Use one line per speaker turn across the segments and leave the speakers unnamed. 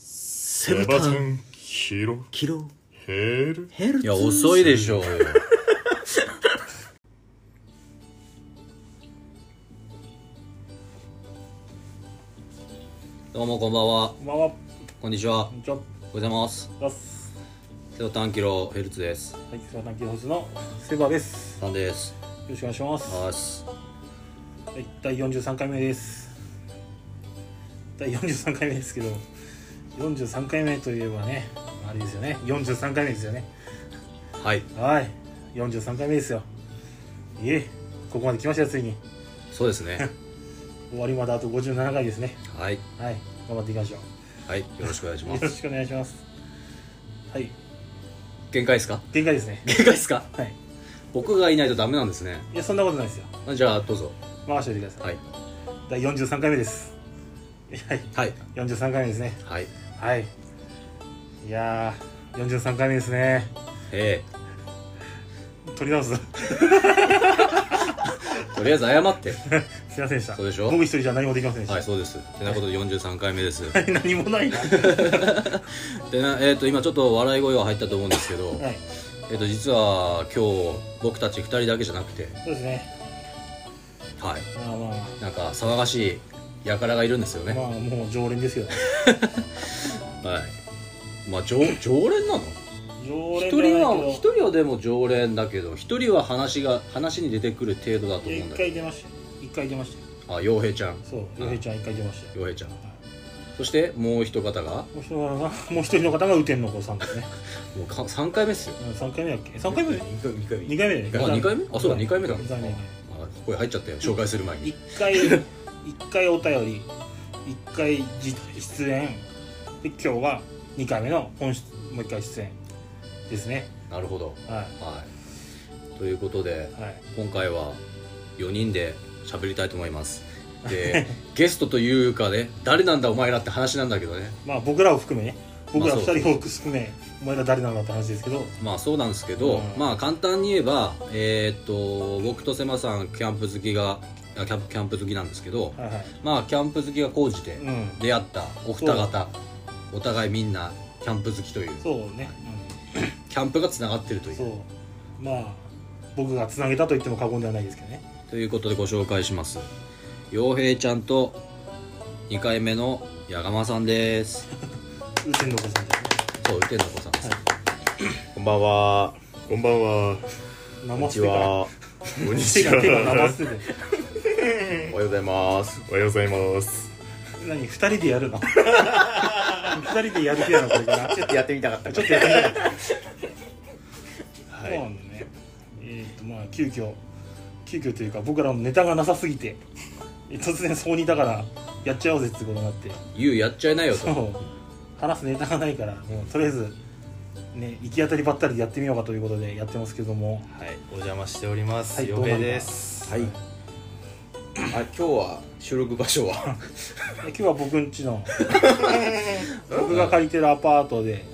セブタン
ンキロ
キロ
ヘル
ヘルツ
いや、遅いでしょうよ。 どうもこんばんは。
こんばんは
こんにちは
こん。にちは
おはようございます。
ラス
セロタンキロヘルツです。
はいセバタンキロ星のセバですよ
さんです。
ろしくお願いします
はーす。
はい第43回目です第43回目ですけど43回目といえばねあれですよね43回目ですよね
はい。
はい43回目ですよいえここまで来ましたよついに
そうです ね。
終わりまであと57回ですね
はい。
はい頑張っていきましょ
はい。よろしくお願いし
う
ま
よ ろ
す。
しくお願いしますはい
限界ですか
限界ですね
限界ですか
はい
僕がいないとダメなんですね。
いやそんなことないですよ
あじゃあ、どうぞ。
回しておいてください、
はい。
第43回目ですはい
はい。
43回目ですね
はい。
はいいやー43回目ですね
え
取り直す ぞ
えとりあえず謝って。
すいませんでした
そうでしょ
僕一人じゃ何もできませんでした、
はい、そうです。てなことで43回目です。
何もないなは
でね、えー、と今ちょっと笑い声が入ったと思うんですけ ど、
い
えー、と実は今日僕たち2人だけじゃなくて、
そうですね
は
まあま
い、なんか騒がしい輩がいるんですよ
あ
ね、
まあもう常連ですけど
はいまあ常常連なの
常
一
連
人
じゃない
は
けど
一人はでも常連だけど一人は話が話に出てくる程度だと
い
思
や
うん
一
だけ
回出ました一回出ましたよ
どあ洋平ちゃん
そう洋平ちゃん一回出ました
洋
よ
平ちゃん
はい
そしてもう一方がも
もう一人の方がもう一人の方が雨天の子さんですね
うか3回目ですよ
うん3回目だっけ3回目だよね
2回目2回
2回目だよね
あ二回目あそうだ2回目だ
二回目
あこれ入っちゃったよ紹介する前に
一回一回お便り一回じ出演で今日は二回目の本質もう一回出演ですね
なるほど
は
はいということで
いはい
今回は4人で喋りたいと思いますで ゲストというかね誰なんだお前らって話なんだけどね
まあ僕らを含めね僕ら
まあ
二
そう
人を含めお前ら誰なのって話ですけど
まあそうなんですけど、
うん
まあ簡単に言えばえーっと僕とセマさんキャンプ好きがあキャンプキャンプ好きなんですけど、
はいはい
まあキャンプ好きが高じて
うん
出会ったお二方お互いみんなキャンプ好きという
そうね
キャンプがつながってると
う
いう
んそうまあ僕がつなげたと言っても過言ではないですけどね
ということでご紹介します洋平ちゃんと2回目の矢釜さんです
雨天の子さんですね
そう雨天の子さんです、
はい
こんばんは。こんばんは。こん
生
にち
捨てから
は。こんに
手
ち
が手が 生
は。
捨てて
おはようございます。おはようございます。
何二人でや るの二人でやる気なのこれから
ちょっとやってみたかった。
ちょっとやってみたかった
は。
そうないんだねえっ、とまあ急遽急遽というか僕らのネタがなさすぎ てえ突然そうにいたからやっちゃおうぜってことになって
言うやっちゃいなよと
そう話すネタがないからもうとりあえずね行き当たりばったりでやってみようかということでやってますけども
はい、お邪魔しております。
はい
よべです。
はい。あ、今日は収録場所は
え今日は僕んち の僕が借りてるアパートで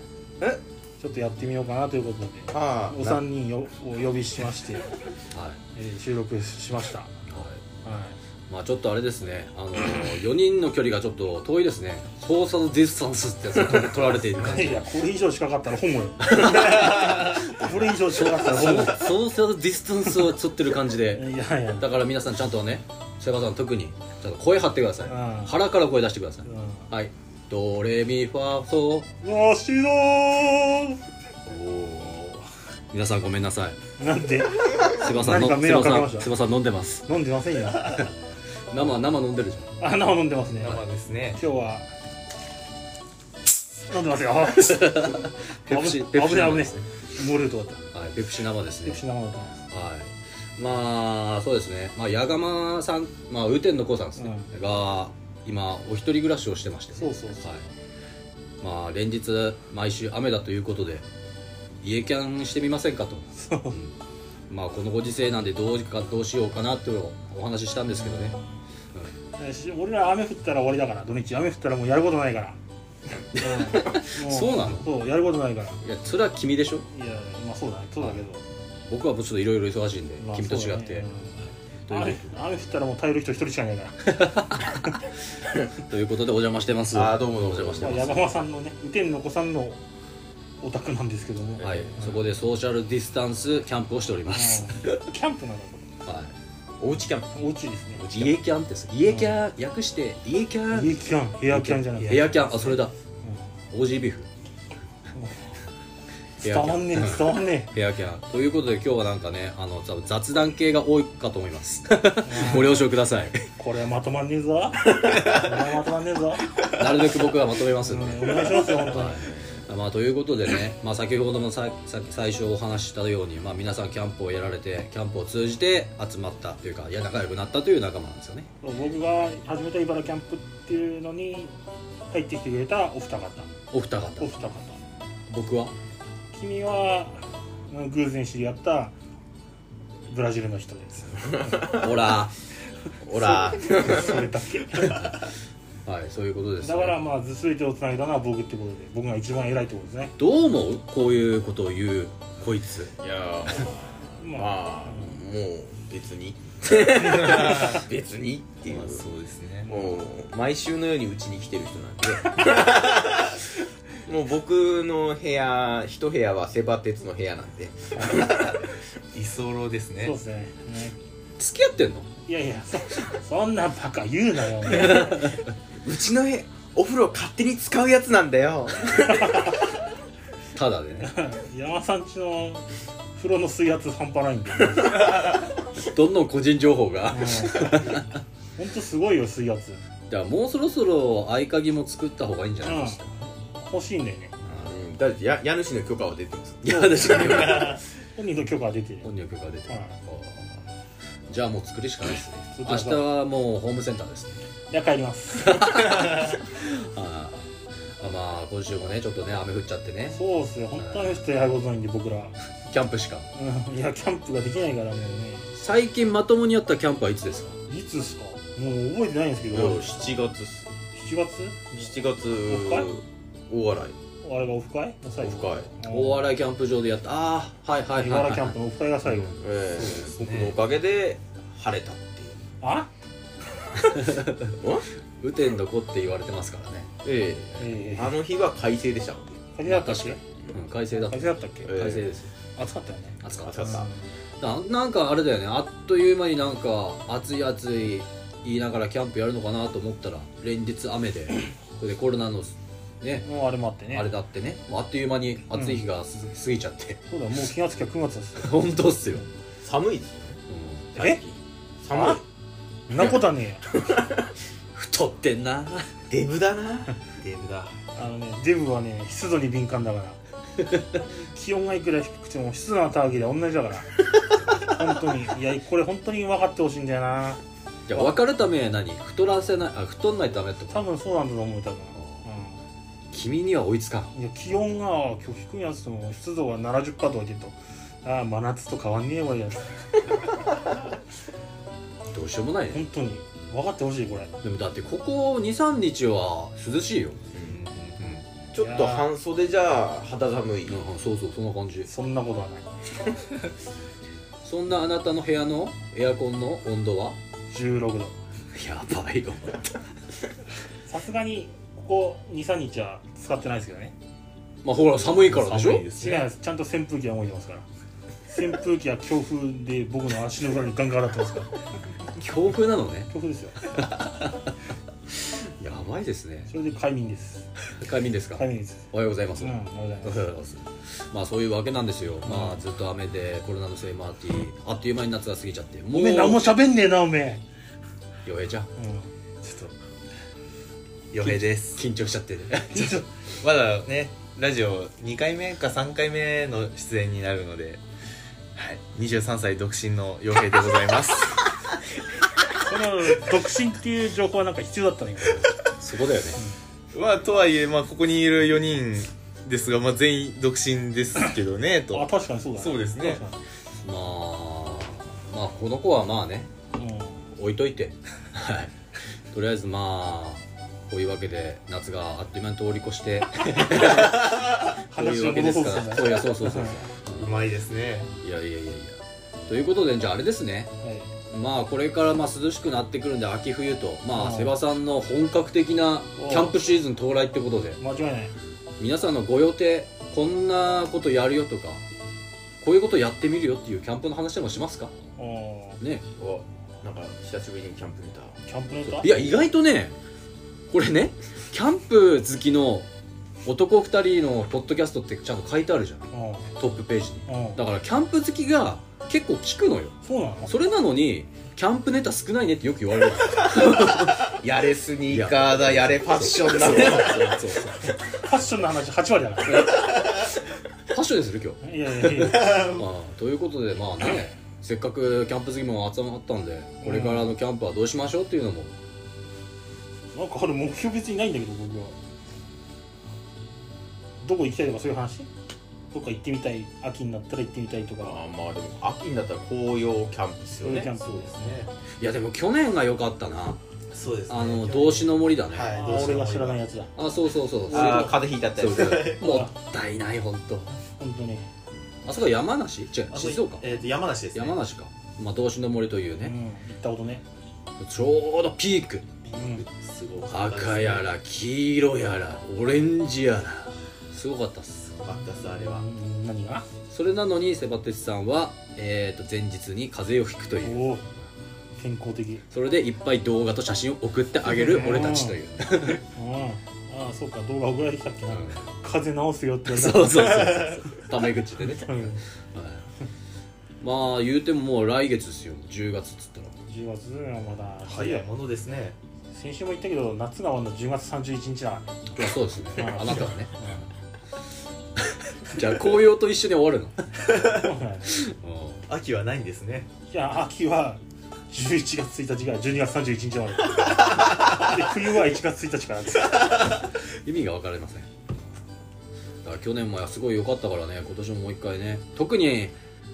え
ちょっとやってみようかなということで
あ
お三人をお呼びしまして、
はい、
えー収録しましたは
まあちょっとあれですねあの4人の距離がちょっと遠いですねソーサルディスタンスってやつが取られている感
い
じ
いやこれ以上近かったら ホモよこれ以上近かったらホモよ
ソーサルディスタンスを取ってる感じで
いやいや
だから皆さんちゃんとねセバさん特にちゃんと声張ってください
うん
腹から声出してください
うん
はいドレミファソ
わしだ
皆さんごめんなさい
ーなんて
セバさんの
何か迷
セバ
惑かけ
さ
ま
ん
した
セバさん飲んでます
飲んでませんよ
生生飲んでるじゃん
あ生飲んでますね
生ですね
今。日は飲んでますよ
ペプシ
危ない危ない
ペプシ生で
危ね
す
モルートだった
はいペプシ生です
ペ
ね
プシ生だったんです
はい、まあそうですね、まあ、矢釜さん、まあ、雨天の子さんですね、が今お一人暮らしをしてまして、
そうそうそう
はいまあ、連日毎週雨だということで家キャンしてみませんかと、
そう
うんまあ、このご時世なんでどうかどうしようかなってお話ししたんですけどね、
俺ら雨降ったら終わりだから土日雨降ったらもうやることないから、うんも
そうなの
そうやることないからい
いやそれは君でしょ
やまあそうだねそうだけど
僕はもうちょっといろいろ忙しいんで、
まあ
君と違っ
そうだ
て
ね
と
あ
い
れ
う
あれ振ったらもう頼る人一人しかいないから
ということでお邪魔してます
あーどうもどうも
お邪魔して
まあ
ます
山間さんのね雨天のお子さんのお宅なんですけども、
はい
うん、
そこでソーシャルディスタンスキャンプをしております、
うんキャンプなの
は
おうちキャンプ
お家ですね
い、家キャンです家キャン、略して家キャン
家キャンヘアキャンじゃなくて
ヘアキャンあそれだオージービーフ
うん伝わんねえ伝わんね
ヘアキャンということで今日はなんかねあの多分雑談系が多いかと思いますご了承ください
えこれはまとまんねえぞ これはまとまんねえぞ、
なるべく僕がまとめます
うん
で、
ん、お願いしますよ本当に
はいまあ、ということでね、まあ、先ほどもささ最初お話ししたように、まあ、皆さんキャンプをやられてキャンプを通じて集まったというかいや仲良くなったという仲間なんですよね
僕が始めた茨キャンプっていうのに入ってきてくれたお二方
お二方
お二方
僕は
君はうん偶然知り合ったブラジルの人です
ほら
ほら
それだけ
はいそういうことです、ね、
だからまあ全てをつなげたのは僕ってことで僕が一番偉いってことですね
どう思うこういうことを言うこいつ
いやー
まあ
まあもう別に 別にっていう
そうですね
もう毎週のようにうちに来てる人なん でもう僕の部屋一部屋はセバ鉄の部屋 なんで
居候ですね
そうですねね
付き合ってんの
いやいやそそんなバカ言うなよ
うちの部屋お風呂勝手に使うやつなんだよ
ただ でね
山さんちの風呂の水圧半端ないんで
どんどん個人情報が
本当すごいよ水圧
じゃあもうそろそろ合鍵も作った方がいいんじゃないですか、
欲しいんだよね
うんだってや家主の許可は出てます
いや私が
本人の許可が出てる
本人の許可が出てる、
うん
あーじゃあもう作りしかないですね
そう
明
だ
日はもうホームセンターですね
いや帰ります
あーあまあ今週もねちょっとね雨降っちゃってね
そうっすよ本当に人やることないんで僕ら、
キャンプしか
うん、いやキャンプができないからもうね
最近まともにやったキャンプはいつですか
いつっすかもう覚えてないんですけど7
7月っす
月
7月大洗
あれがオフ会の最
オ
後
フ会
うん
大洗キャンプ場でやったああはいはい
日
はい、
原
は
キャン
い
プ、のオフ会が最後
え
すね
え僕のおかげで晴れたっていう
あ
雨天の子って言われてますからね
ええ
ええ
あの日は快晴でしたもんね
風だったっけ
うん快晴だった
風だったっけ
ええ
快晴ですよ
暑かったよね
暑かっ
暑
た
かった
ななんかあれだよねあっという間になんか暑い暑い言いながらキャンプやるのかなと思ったら連日雨でそれでコロナのね
もうあれもあってね
あれだってねもうあっという間に暑い日がす過ぎちゃって、
そうだもう気がつきゃ9月ですよ
本当っすよ、
寒いですよね
うん
え
最近寒い
そんなことはねえよ
太ってんな
デブだ な
デブだ
あのねデブはね湿度に敏感だから気温がいくら低くても湿度の高いで同じだか ら本当にいやこれ本当に分かってほしいんだよな
じゃあ分かるため何太らせないあ太んないためってこ
多
と
分そうなんだと思う多分
君には追いつかん
うんいや気温が今日低いやつとも湿度が70%とか出てるとああ真夏と変わんねえわいや
どうしようもないね
本当に分かってほしいこれ
でもだってここ23日は涼しいよ、
ちょっと半袖じゃ肌寒い
うん、そうそうそんな感じ
そんなことはない
そんなあなたの部屋のエアコンの温度は
16度
やばいよ
さすがにここ23日は使ってないですけどね
まあほら寒いからでしょ
寒いです
違い
ね
ますちゃんと扇風機は動いてますから扇風機は強風で僕の足の裏にガンガン当たってますから
強風なのね
強風ですよ
やばいですね
それで快眠です
快眠ですか、
快眠です
おはようございます、
うんありがとうございます
まあそういうわけなんですよ、まあずっと雨でコロナのせいもあってあっという間に夏が過ぎちゃっても
おめえ何も喋んねえなおめえ、
よえちゃん
う
ちょっと余平です
緊張しちゃってね
ん、ちょっと
まだねラジオ2回目か3回目の出演になるのではい23歳独身の余平でございます
その独身っていう情報はなんか必要だったね
そこだよね
まあとはいえまあここにいる4人ですがまあ全員独身ですけどね
今あ
と
確かにそうだね
そうですね
まあまあこの子はまあね
確かにうん
置いといてはいとりあえずまあこういうわけで夏があっという間に通り越してこういう
話
わ
を
けで
戻そ
す
うと
か
す
らそ
るんだ
ういやそうそうそう
は
う
そう
まいですね
いやいやいやいやということでじゃああれですね
い
まあこれからまあ涼しくなってくるんで秋冬とま
う
あ
ん
瀬場さんの本格的なキャンプシーズン到来ってことで
間違いない
皆さんのご予定こんなことやるよとかこういうことやってみるよっていうキャンプの話でもしますか
おー
ね
おなんか久しぶりにキャンプ見た
キャンプネタ
いや意外とねこれねキャンプ好きの男2人のポッドキャストってちゃんと書いてあるじゃん
うん
トップページに
うん
だからキャンプ好きが結構聞くのよ
そうなの
それなのにキャンプネタ少ないねってよく言 われる
やれスニーカーだやれファッションだフ
そうそう
ファッションの話8割だか
ファッションでする今日
らいやいやいや
まあ、ということでまあねせっかくキャンプ好きも集まったんでこれからのキャンプはどうしましょうっていうのも
なんかあれ目標別にないんだけど僕はどこ行きたいとかそういう話どっか行ってみたい秋になったら行ってみたいと
あ
か
ーまあでも秋になったら紅葉キャンプです
そ
よ
ういう
ね
キャンプ
そうですね
いやでも去年が良かったな
そうですね
あの動詞の森だね、
はい
あ
どうし
俺
よう
が知らないやつだ
あそうそうそう
あー風邪ひいたった
そ
や
う
つ
そうもったいない本当。
本当に
あそこは山梨違う
あと
静岡
えっ、と山梨ですね
山梨かまあ動詞の森という
うん
ね、
行ったことね
ちょうどピーク
うん
すごかったですね
赤やら黄色やらオレンジやらすごかったっす
すごかったっすあれ
う
は
ん何が
それなのにセバテスさんは、えー、と前日に風邪をひくという
おお健康的
それでいっぱい動画と写真を送ってあげる俺たち という、
うんああそうか動画送られてきたっけな、
う
風邪治すよって言
ん、
わ
そ
れ
う
た
そうそうそうタメ口でね、
うん
はい、まあ言うてももう来月ですよ10月っつったら
10月はまだ
早いものですね
先週も言ったけど夏が終わるの10月31日だ、
いやそうですね
う
あ
ん
なたはね じゃあ紅葉と一緒に終わるの
うん、
秋はないんですね
じゃあ秋は11月1日から12月31日までで冬は1月1日からです
意味が分かりませんだから去年もすごい良かったからね今年ももう一回ね特に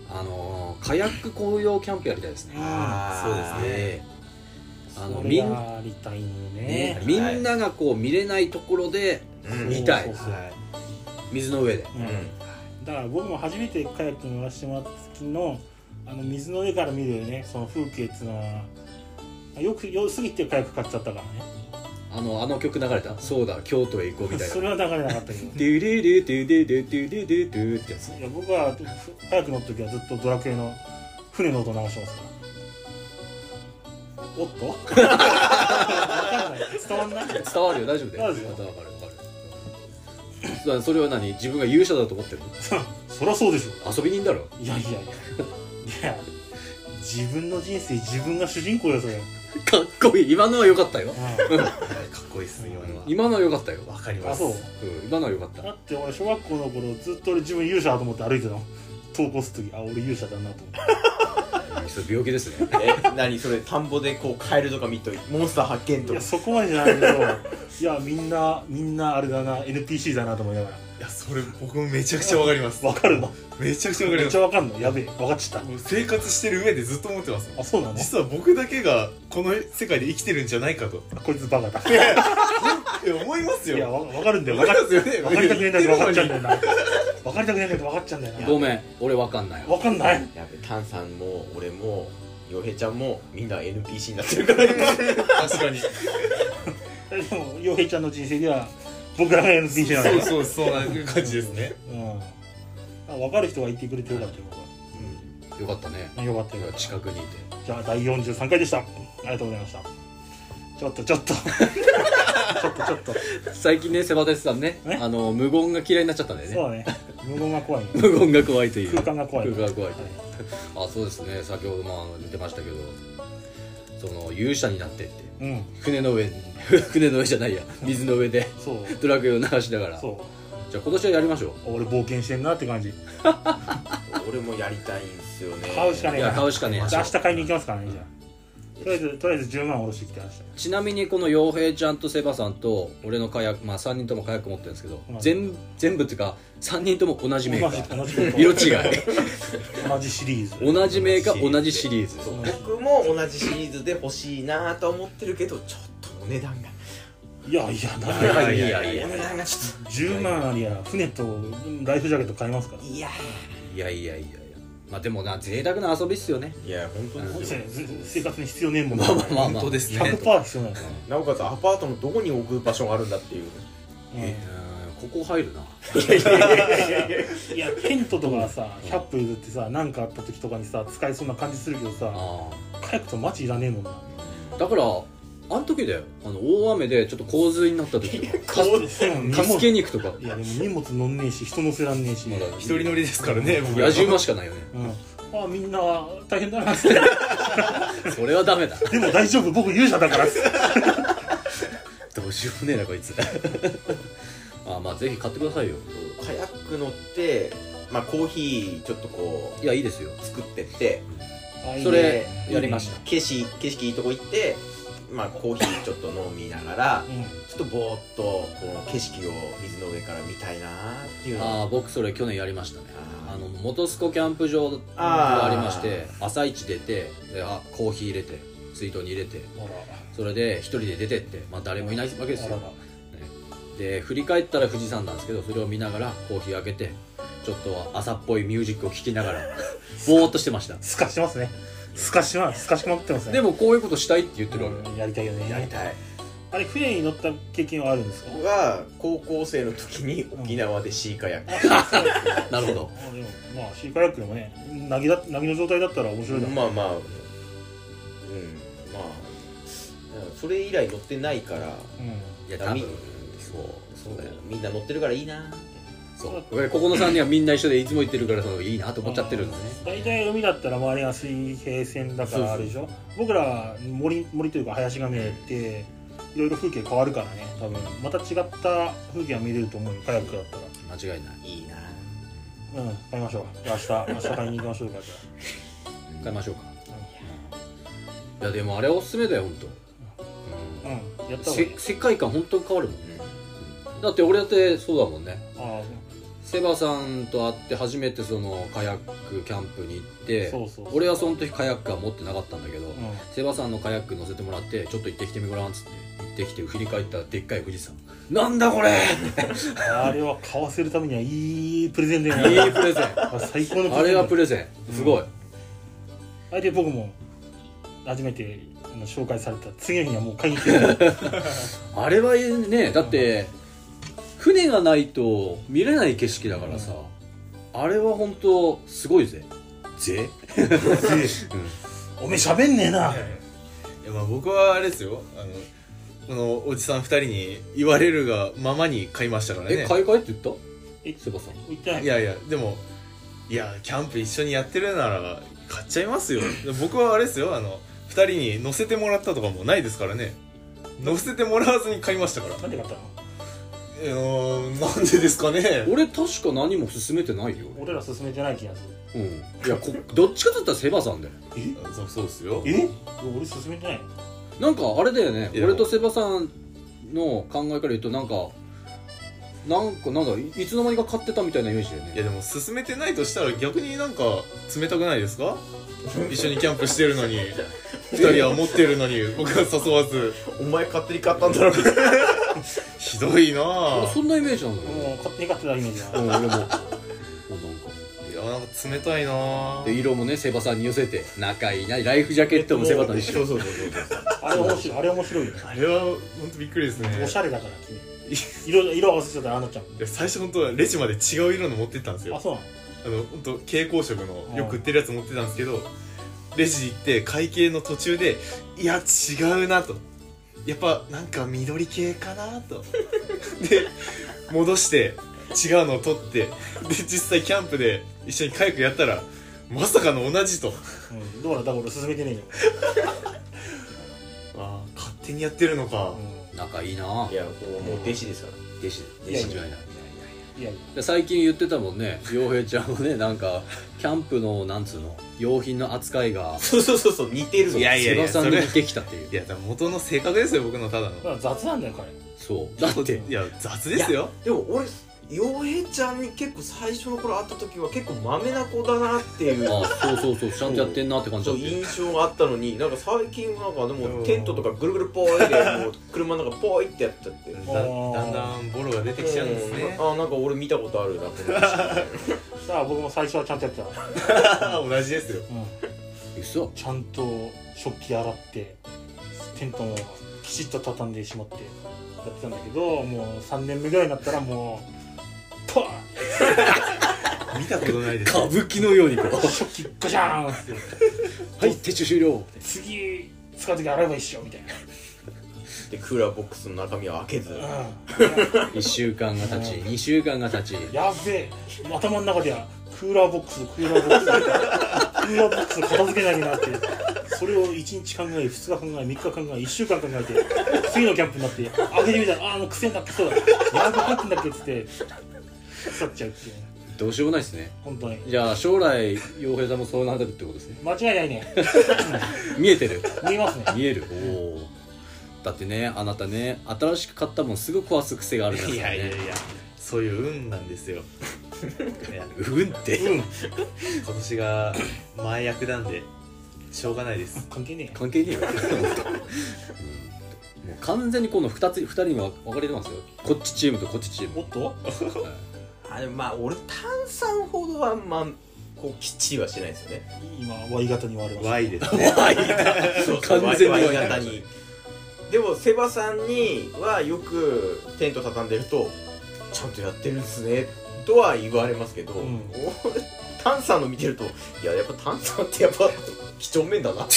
あのーカヤック紅葉キャンプやりたいですね
あーそうですね
ええあの
そ
み
れ
ん
がやりたい
ね
ね、
みんながこう見れないところで
うん
見たい、
そうそう
はい
水の上で
うんだから僕も初めてカヤック乗らせてもらった時のあの水の上から見るねその風景っていうのはよく良すぎてカヤック買っちゃったからね
あのあの曲流れたそうだ京都へ行こうみたいな
それは流れなかったけど
ドゥルルドゥルルドゥルルドゥルってやつ
いや僕は早く乗った時はずっとドラクエの船の音流してますからおっ とわかんない伝わんない
伝わるよ大丈夫だよ
そうですよ
また分かる分かるだからそれは何自分が勇者だと思ってるの
そりゃそうでしょ
遊び人だろ
いやいやいやいや自分の人生自分が主人公だよそれ、
かっこいい今のは良かったよ
かっこいいっすね今のは
今のは良かったよ、
わかり
あ
ます
そう
うん、今のは良かった
だって俺小学校の頃ずっと俺自分勇者だと思って歩いてたの投稿する時あ俺勇者だなと思って
それ病気ですね
え何それ田んぼでこうカエルとか見といモンスター発見と
い
か
やそこまでじゃないけどいやみんなみんなあれだな NPC だなと思いながら
いやそれ僕もめちゃくちゃわかります
わかるの
めちゃくちゃわかり
めっ
ま
ち
す
ゃわかんのやべえ分かっちゃっ
もう生活してる上でずっと思ってます
たあそうなの
実は僕だけがこの世界で生きてるんじゃないかと
こいつバカだ。
いや思います
いや、
よ
わわかるんだよ。
わ
わ
か
か
りますよね
わかりたくねえんだけど、わかっちゃうんだよな。わかりたくねえんだけど、わかっちゃうんだよ
ごめん俺分かんない
な。わかんない。
やべタンさんも俺もヨヘちゃんもみんな NPC になってるから今
確かに
でも、洋平ちゃんの人生では、僕らが NPC なんだ
そう
よ。
そうそうな感じですね
うんあ。わかる人がいてくれてよかったよ、僕
よかったね
は。よかったよかっ
近くにいて
た。じゃあ、第43回でした。ありがとうございました。ちょっと、ちょっと。ちょっと、ちょっと。
最近ねセバテスさんね
え
あの無言が嫌いになっちゃったんだよね
そうだね。無言が怖いね。
無言が怖いという
空間が怖い。
空間が怖いというあそうですね先ほどもあの言ってましたけどその勇者になってって
うん。
船の上 船の上じゃないや水の上で
そう。
ドラクエを流しながらじゃ
そ
あ今年はやりましょ
う。俺冒険してんなって感じ。
俺もやりたいんですよね
買うしか
う
ねえ
い
な
や買うしかねえ
じゃあ明日買いに行きますからね、じゃあ。とりあえず、とりあえず10万下ろしてきてました。
ちなみにこの洋平ちゃんとセバさんと俺のカヤックまあ3人ともカヤック持ってるんですけど、
うん
全全部っていうか3人とも同じメーカー
同じ同じ
色違い
同じシリーズ
同じメーカ ー同じシリーズ
そう僕も同じシリーズで欲しいなとは思ってるけどちょっとお値段が
いやいやなん
い
で
やいや
お値段がちょっ
10万ありゃ船とライフジャケット買いますから
といや
いやいやいやいやまあでもな贅沢な遊びっすよね
いや本当
そう
で
ですす
よ
ねず生活に必要ねえもん
まあまあまあまあ
本当ですね
100%必要なんですね、
なおかつアパートのどこに置く場所があるんだっていう
う
うんここ入るな、
んいやテントとかさ100歩譲ってさ何かあった時とかにさ使えそうな感じするけどさ
あ
カヤックとマジいらねえもんな
あだからあの時だよあの大雨でちょっと洪水になった時とか
そうですよ
か助け肉とか
いやでも荷物乗んねえし人乗せらんねえし、
まだ
一人乗りですからね僕ら
野じ馬しかないよね
うん、あみんな大変だなっつって
それはダメだ
でも大丈夫僕勇者だからっつって
どうしようもねえなこい つまあまあぜひ買ってくださいよ
カヤック乗ってまあコーヒーちょっとこ
いやいいですよ
う作ってって
それやりました
景色景色いいとこ行ってまあコーヒーちょっと飲みながら
う
ち
ん
ょっとぼーっとこの景色を水の上から見たいなーっていうの
あ
は
あ僕それ去年やりましたね
あー
あの元栖湖キャンプ場がありまして朝一出てであコーヒー入れて水筒に入れて
あ
それで一人で出てって、まあ、誰もいないわけですよ、
あら
ね、で振り返ったら富士山なんですけどそれを見ながらコーヒー開けてちょっと朝っぽいミュージックを聴きながらぼーっとしてました
すかしてますねすかしますすかしまくってますね
でもこういうことしたいって言ってるわけ
うんやりたいよね
やりたい
あれ船に乗った経験はあるんですか
僕は高校生の時に沖縄でシーカヤック、
なるほど
あでもまあシーカヤックでもねなぎだなぎの状態だったら面白いだろう
まあまあうんまあだからそれ以来乗ってないから
うん
いや多
波
分そうそうだよ
みんな乗ってるからいいな
そう俺ここの3人はみんな一緒でいつも言ってるからそのいいなと思っちゃってるんですね
大体海だったら周りが水平線だからあれでしょ僕ら森森というか林が見えていろいろ風景変わるからね多分また違った風景が見れると思うよカヤックだったら
間違いない
いいな
うん買いましょう明日明日買いに行きましょうかじゃ
買いましょうか、いやでもあれはおすすめだよ本
あうんやっ
当、と
た方がいい
せ世界観本当に変わるもんだって俺だってそうだもんね
あ
セバさんと会って初めてそのカヤックキャンプに行って
そうそうそう
俺はその時カヤックは持ってなかったんだけど、
うん
セバさんのカヤック乗せてもらってちょっと行ってきてみごらんっつって行ってきて振り返ったらでっかい富士山なんだこれ
あれは買わせるためにはいいプレゼンだよ
い
ね
いプレゼン
あ最高のプレゼン
あれはプ
レ
レゼンすごい、
あれで僕も初めてあの紹介された次の日にはもう買いに行ってる
あれはねだって船がないと見れない景色だからさ、あれは本当すごいぜぜ、
おめえ喋んねえな、
いやまあ僕はあれですよあのこのおじさん二人に言われるがままに買いましたから
え
ね
買い替えって言った
え
セバさん
言ってない
いやいやでもいやキャンプ一緒にやってるなら買っちゃいますよ僕はあれですよあの二人に乗せてもらったとかもないですからね乗せてもらわずに買いましたから
なんで買ったの
えー、なんでですかね
俺確か何も勧めてないよ、
俺ら勧めてない気がする
うん、いやこどっちかだったらセバさんだよ
あそうそうですよ
え俺勧めてない
なんかあれだよね
いや
俺とセバさんの考えから言うとなんかなんかなんだいいつの間にか買ってたみたいなイメージだよ
いや
ね
でも進めてないとしたら逆になんか冷たくないですか一緒にキャンプしてるのに二人は持ってるのに僕は誘わず
お前勝手に買ったんだろみたいな
ひどいなぁ
俺そんなイメージなんだよ
もう
ね
勝手に買ってたイメージだ
う
なん
俺ももう なんか
いやなんか冷たいなぁ
で色もねセバさんに寄せて仲いいなライフジャケットもセバさんに一緒
そうそうそうそう
あれ面白いあれ面白いよね
あれは本当びっくりですね
おしゃれだから君色色合わせちゃったらああなっちゃう
いや最初本当はレジまで違う色の持ってったんです
あ
よ
そうな
あの本当蛍光色のよく売ってるやつ持ってたんですけどレジ行って会計の途中でいや違うなとやっぱなんか緑系かなとで戻して違うのを取ってで実際キャンプで一緒にカヤックやったらまさかの同じと
の、うん、どうだだから俺勧めてねえよ、
あー勝手にやってるのか
う
仲いいな弟
いやこうもう弟子ですから
子弟子じゃないない
ん、いやいや
で最近言ってたもんね洋平ちゃんもねなんかキャンプのなんつうの用品の扱いが
そうそうそうそう似てるぞ
いや
セバさん
そ
に
れ
似てきたっていう
いやだから元の性格ですよ僕のただの
まあ雑なんだよ彼
そうだって
いや雑ですよ
でも俺洋平ちゃんに結構最初の頃会った時は結構まめな子だなっていう
あそうそうそうちゃんとやってんなって感じ
そ
だ
う
ったよ
印象があったのになんか最近はなんかで
うん
もテントとかぐるぐるポーイでもう 車の中ポーイってやっちゃって
だだんだんボロが出てきちゃうんですね
うんあなんか俺見たことあるなこの人
さあ僕も最初はちゃんとやってた、う
同じですよ
ん、
嘘
ちゃんと食器洗ってテントもきちっと畳んでしまってやってたんだけどもう3年目ぐらいになったらもうパー
見たことないです
歌舞伎のようにこう
ン食器ガシャーンって
はい撤収終了
次使う時洗えば一緒みたい
でクーラーボックスの中身は開けず
な、うん
1週間が経ち2週間が経ち
やっべえ頭の中ではクーラーボックスクーラーボックスクーラーボックス片付けなきゃなってそれを1日考え2日考え3日考え1週間考えて次のキャンプになって開けてみたらああもう癖になってきそうだやばかったんだっけっつって腐っちゃうっていうね
どうしようもないですね
本当に
じゃあ将来洋平さんもそうなるってことですね
間違いないね
見えてる
見えますね
見えるおおだってねあなたね新しく買ったもんすぐ壊す癖があるんです
い
よ
やいやい
ね
やそういう運なんですよいや
うんって
うん
今年が前役なんでしょうがないです
関係ねえ
関係ねえようんもう完全にこの2つ二人に分かれてますよこっちチームとこっちチーム
おっと
はい
あでもまあ俺炭酸ほどはまあこうきっちりはしないですよね
今 Y 型に割れました
Y ですね
そうそう
完全に
Y 型にでもセバさんにはよくテント畳んでるとちゃんとやってるんすねとは言われますけど、
ん
俺炭酸の見てるといややっぱ炭酸ってやっぱ几帳面だなって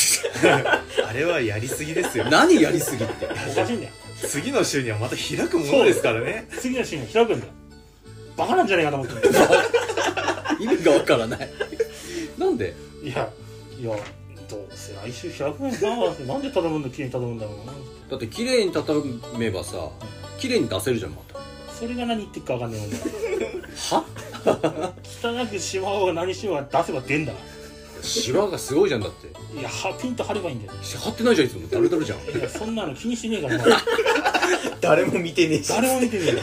あれはやりすぎですよ
何やりすぎって
おかしいんだよ
次の週にはまた開くものですからね
次のシーンが開くんだよバカなんじゃねえかと思ってんだよ
意味が分からないなんで
いやいやどうせ来週100円かなってなんで頼むんだ急に頼むんだろうな
だって綺麗に畳めばさ綺麗に出せるじゃんまた
それが何言ってるか分かんない
は
お前汚くしまおうが何しようが出せば出んだか
シワがすごいじゃんだって
らいやはピンと張ればいいんだよ
貼ってないじゃんいつもダルダルじゃん
いやそんなの気にしてねえからお前
誰も見てねえし
誰も見てねえよ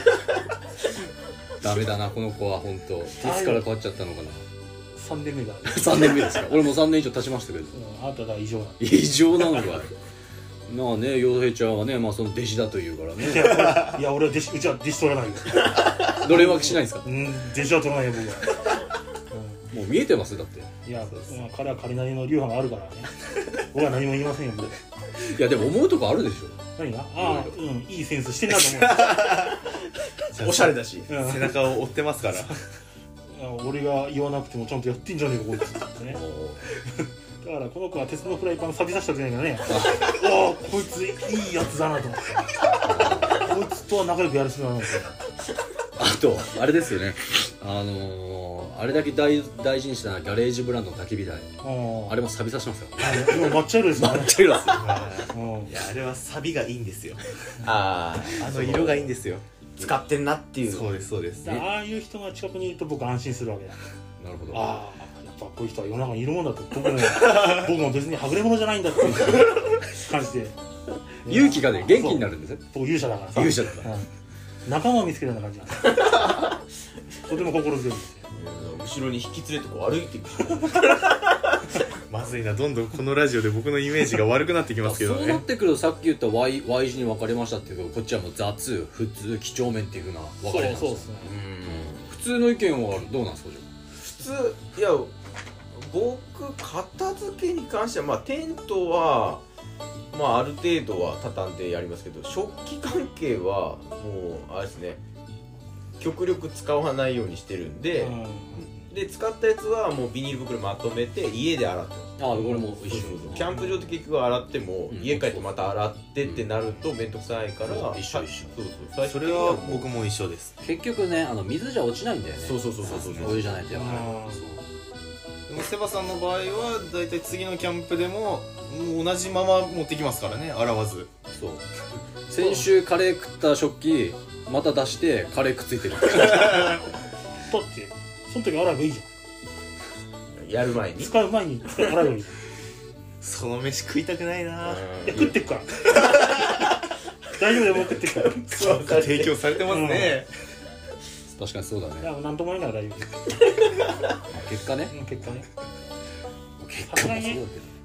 ダメだなこの子は本当いつから変わっちゃったのかな
3年目だ、う
3年目ですか俺も3年以上経ちましたけど
ん、あなたが異常なの
異常なのかいなあね洋平ちゃんはねまあその弟子だというから
い
ね
や俺いや俺は弟子うちは弟子取らないよ
どれ分けしないんですか
うん弟子は取らないよ僕は、
もう見えてますだってい
うん、いや、まあ、彼は彼なりの流派があるからね僕は何も言いませんよ僕
やでも思うとこあるでし
何がああ
いろ
うんいいセンスしてんなと
おしゃれだし
思う、うん
背中を追ってますから
いや俺が言わなくてもちゃんとやってんじゃねえかこいつってね
ょ
だからこの子は鉄のフライパン錆びさせたくないからねおおこいついいやつだなと思ってこいつとは仲良くやる人だなと思って
あとあれですよねあのー、あれだけ大大事にしたガレージブランドの焚き火台
あ
あれも錆びさしますよ
あ今抹茶 色ですね
抹茶色っすよ
うん
いやあれはサビがいいんですよ
あ
あの色がいいんですよ
使ってんなっていう
そうですそうです
だからああいう人が近くにいると僕安心するわけだ
なるほど
ああやっぱこういう人は世の中にいるもんだと僕 も僕も別にはぐれ者じゃないんだっていう感じで
勇気がね元気になるんですね
僕勇者だからさ
勇者だから
うん仲間を見つけるような感じなんです とても心強いです
後ろに引き連れてこう歩いていく
まずいなどんどんこのラジオで僕のイメージが悪くなってきますけど
そうなっ
ね
てくるとさっき言った Y, y 字に分かれましたっていうけどこっちはもう雑普通几帳面っていうふうな分かれなんですよ
ね
普通の意見はどうなんですかじゃ
普通いや僕片付けに関してはまあテントはまあある程度は畳んでやりますけど食器関係はもうあれですね極力使わないようにしてるんで、で使ったやつはもうビニール袋まとめて家で洗ってます
ああこれも一緒
キャンプ場って結局洗っても、
うん
家帰ってまた洗ってってなると面倒くさいから、
うん一緒一緒
そうそう
それは僕も一緒です
結局ねあの水じゃ落ちないんだよね
そうそうそうそうそう
お湯じゃないとやっぱ
うん
りそう
でもセバさんの場合は大体次のキャンプでももう同じまま持ってきますからね洗わず
そう先週カレー食った食器また出してカレーくっついてる
だってその時洗えばいいじ
やる前
ゃん
に
使う前に使って洗えばいいじ
その飯食いたくないな
ゃんいや食ってく から大丈夫だよもう食ってくから
そう
提供されてますね
確かにそうだ
い
ね
や何とも言えないから大丈夫です
結果ね
うん結果ね
結果もそうだけ
さすがにね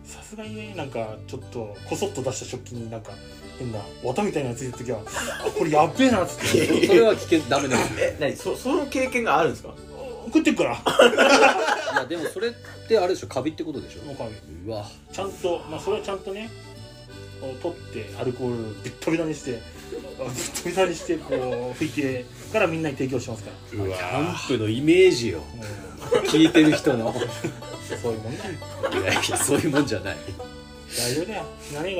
ど
さすがにねなんかちょっとこそっと出した食器になんか変な綿みたいなのついてる時はあこれやっべえなっつって
それは危険ダメです よ
え何そその経験があるんですか
食ってっから
いやでもそれってあれでしょカビってことでしょ
もうか
うわ
ちゃんとまあそれはちゃんとねこう取ってアルコールをビッタビタにしてあビッタビタにしてこう拭いてからみんなに提供してますから
うわ
キ
ー
ャンプのイメージよ
うん
聞いてる人の
そういうもんね
いやいやそういうもんじゃない
大丈夫だよ死なね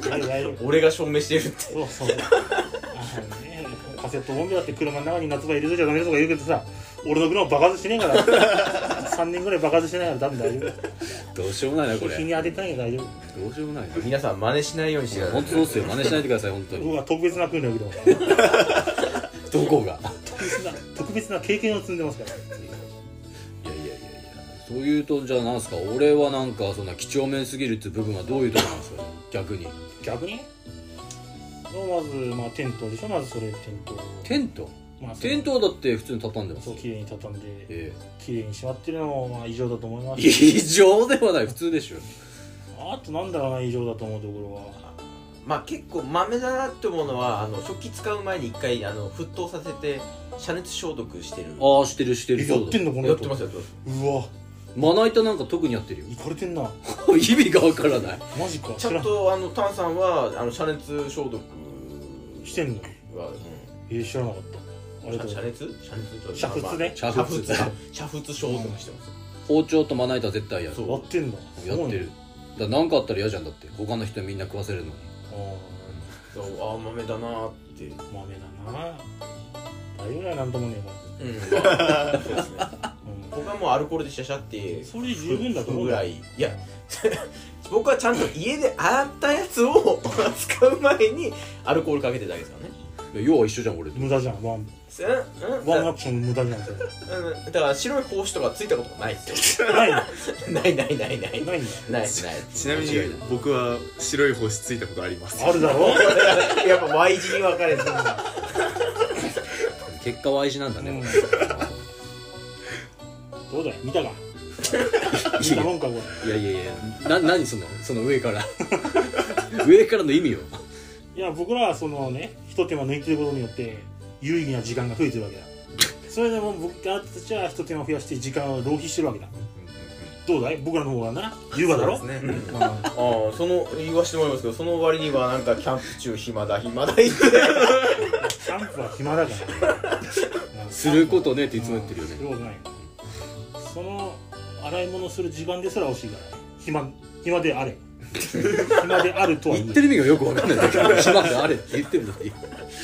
から大丈夫大丈夫
俺が証明してるって
そうそう。あのね、カセットボンベだって車の中に夏場入れときゃダメだとか言うけどさ、俺の車爆発してねえから、3年ぐらい 爆発してないから多分大丈
どうしようもないなこ
夫。日
れ
に当ててないから大丈
どうしようもないな
皆さん真似しないようにしてくださ
本
い
当そうっすよ真似しないでください本当
夫。
に
僕は特別な訓練を受けてますから
どこが
特別な、特別な経験を積んでますから。
いやいやいやいやそういうとじゃあなんすか俺はなんかそんな几帳面すぎるって部分はどういうとこなんですか逆に
逆にまず、まあ、テントでしょ、まずそれテント。
テント
まあ、その
テントはだって普通に畳んでます
そう、綺麗に畳んで、
え
綺麗にしまってるのも、まあ、異常だと思いま
え
す。
異常ではない普通でしょ
あと、なんだろうな、異常だと思うところは。
まあ結構豆だなって思うのはあの食器使う前に一回あの沸騰させて遮熱消毒してる
ああしてるしてる
えや
そ
っ
う
て
だ
んの、この
やってます
よ。
やってます
うわ、
まな板なんか特にやってるよ
いかれてんな。
意味がわからない
マジか。
ちゃんとあの炭酸はあの遮熱消毒
してんの
は、うん、
えー、知らなかった。ありがとう
遮
ございま
熱遮熱
煮沸ね
煮
煮
沸
沸
だ煮沸消毒してます
包丁とまな板絶対やる
そう
す。やってんだ。
やってるだ何かあったら嫌じゃんだって他の人にみんな食わせるのに
すごいね。
そうああ豆だなーって
あー、豆だな。大丈夫だよ、なんともねえ
う
か
んまあそうですね
ら。
僕はもうアルコールでシャシャって
うん、それで十分だと思う
ぐら
い。
いいや 僕はちゃんと家で洗ったやつを 使う前にアルコールかけてるだけですからね
いや要は一緒じゃん俺と
無駄じゃん、ワン。
せうんうん
ワン
だ
アクション無駄じゃん、それ。
うんだから白い胞子とかついたことがないですよ
ない の
ないないないないない
ないんだ。
ない
ちなみに
間違いない
僕は白い星ついたことあります
あるだろ
やっぱ Y 字に分かれてる
結果は愛人なんだね、
うん
こ
どうだよ、見たか。
れ
見たもんか、これ。
いやいやいやな何そのその上から 上からの意味よ
いや、僕らはそのね、一手間抜いてることによって、有意義な時間が増えてるわ けだ。それでも僕らたちは一手間増やして時間を浪費してるわけだ。どうだい僕らの方がな、優雅だろ
そうですね
うん
ああその言わしてもらいますけどその割にはなんかキャンプ中暇だ暇 だ言って
キャンプは暇だから。
することねっていつも言ってるよね
うんすることない。その洗い物する時間ですら惜しいからね。暇、暇で あれ。暇であるとは
言ってる意味がよくわかんないんだけど島であれって言ってるのに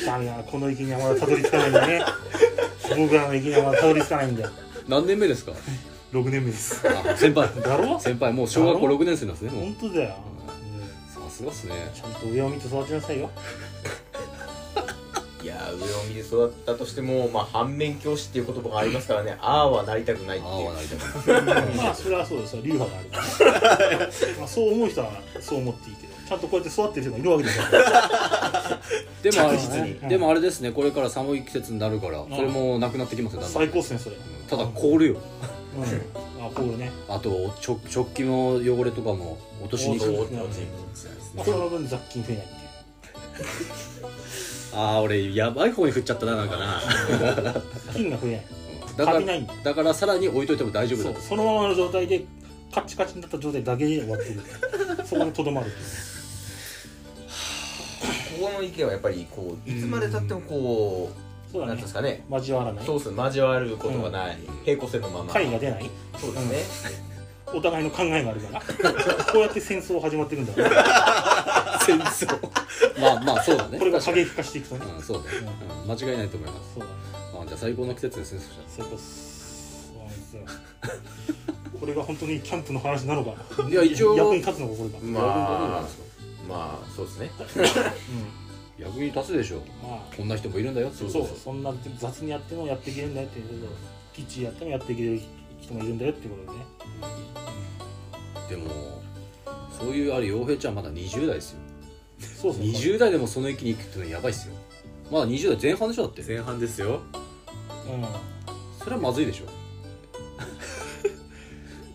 ダメだな、この域にはまだたどり着かないんだね。僕らの域にはまだたどり着かないんだよ。
何年目ですか
6年 目です。
あ先輩
だろ
先輩もう小学校6年生なんですねも
本
う
当だよ。
さすがっすね
ちゃんと上を見て育ちなさいよ。
いやー上を見て育ったとしても、まあ、反面教師っていう言葉がありますからねああはなりたくないっ
あ
て
あ
いう
はなりたくない
まあ、それはそうですよ。流派がある から。まあ、そう思う人はそう思っていいけど、ちゃんとこうやって育ってる人がいるわけだから。
でもあ
着実
に
れでもあれですねこれから寒い季節になるからそれもなくなってきますねだんだん
最高っすね、それ。
ただ凍るよ
うん、あ、これね。
あと食食器の汚れとかも落としにくい
そうそうそう
まあ、その分雑菌増えないっていう。
ああ俺やばい方に振っちゃったななんかな
菌が増えない。
だか
カビないんだ
らだからさらに置いといても大丈夫
そ
だ
う、そのままの状態で、カチカチになった状態だけで終わってる。そこでとどまるっていう。
ここの意見はやっぱりこういつまでたってもこ
そう
う
だ
何
ね
です。かね
交わらない
ソ。ース交わることがない、平行線のまま
会が出ない。
そうですね、
お互いの考えがあるから。こうやって戦争始まってるんだから。
戦 争まあまあそうだね
これが
確
過
かに
激化していくとね。
うんそうだねうん間違いないと思います
そうだね。
あじゃあ最高の季節ですねそしたら
そういうことっす。そうなんですよ。これが本当にキャンプの話なのか。
いや一応
役に立つのか、これが。
まあまあそうですね
うん
役に立つでしょ
まあ。
こんな人もいるんだよ
そうそんな雑にやってもやっていけるんだよっていうことキッチンやってもやっていける人もいるんだよっていうことでね
でもそういうあれ洋平ちゃんまだ20代ですよ
そうそう
20代でもその域に行くってのはやばいっすよまだ20代前半でしょだって
前半ですよ
うん
それはまずいで しょ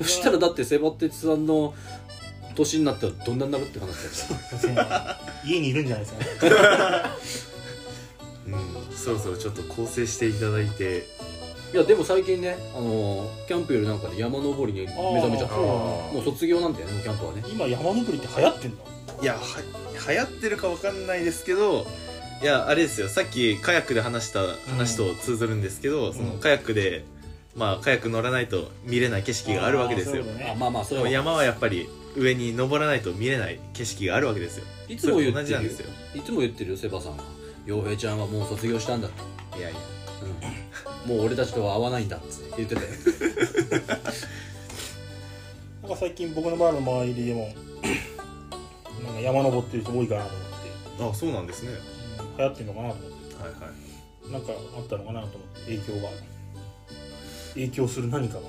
そしたらだってセバテツさんの年になったらどんなになるって話だ よ
家にいるんじゃないですか
うんそろそろちょっと構成していただいて
いやでも最近ねあのーキャンプよりなんかで山登りに 目覚めちゃった
あー
もう卒業なんだよねもうキャンプはね
今山登りって流行ってんだ
いやは流行ってるかわかんないですけどいやあれですよさっきカヤックで話した話と通ずるんですけど、そのカヤックでまあカヤック乗らないと見れない景色があるわけですよ
あーそうだ
あ
ね
まあまあそ
で
れ
も
は
山はやっぱり上に登らないと見れない景色があるわけですよ
いつ
そ
も
れ
言
と同
って
じなん
る
で
よ
すよ
いつも言ってるよセバさんが洋平ちゃんはもう卒業したんだって、
いやいや
うん、もう俺たちとは合わないんだって言ってたよ
なんか最近僕の周りの周りでも なんか山登ってる人多いかなと思って
あそうなんですね
うん流行ってんのかなと思っ
はいはい
てなんかあったのかなと思って影響が影響する何かが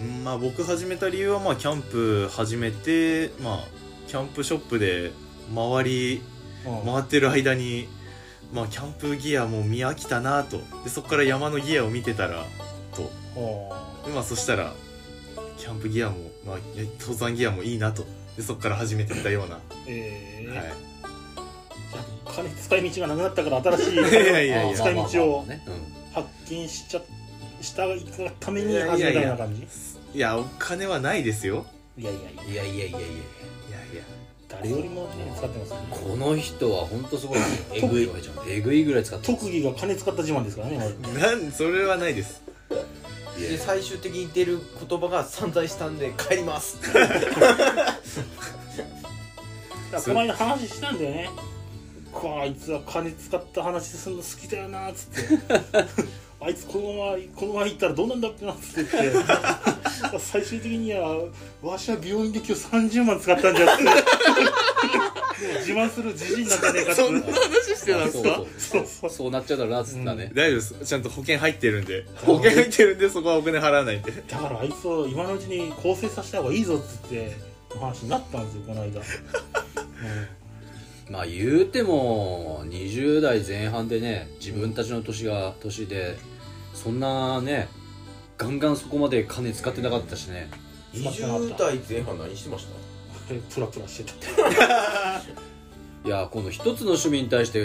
うんまあ僕始めた理由はまあキャンプ始めてまあキャンプショップで周り
うん
回ってる間にまあキャンプギアも見飽きたなとでそこから山のギアを見てたらと
あ
でまあそしたらキャンプギアも、まあ、いや登山ギアもいいなとでそこから始めてったような、
ーええ
はい、
金使い道がなくなったから新しい
い やいやいや
使い道
ま
を
あまあまあまあね、うん
発見しちゃしたがために始めたような感じ
いやお金はないですよ
いやいやいや
いやいやいや
いや
いや
いや
誰よりも、ね、使ってますよ
この人は本当すご いえ
特
ぐ
技
いよちゃんえぐいぐらい使って
特技が金使った自慢ですからね
なんそれはないです
で最終的に出る言葉が散在したんで帰ります
まずこの間話したんだよねこうあいつは金使った話するの好きだよなっつってあいつこのままこのまま行ったらどうなんだっけなっつって言って最終的にはわしは病院で今日30万使ったんじゃってもう自慢する自信なんじゃねえかって
そんな話してたんですか
そうそう
そうなっちゃうだろうなっつったね、
大丈夫ですちゃんと保険入ってるんで保険入ってるんでそこはお金払わないんで
だからあいつを今のうちに更生させた方がいいぞっつって話になったんですよこの間、
まあ言うても20代前半でね自分たちの年が年でそんなねガンガンそこまで金使ってなかったしね
20代前半何してました
うん、プラプラしてた
いやこの一つの趣味に対して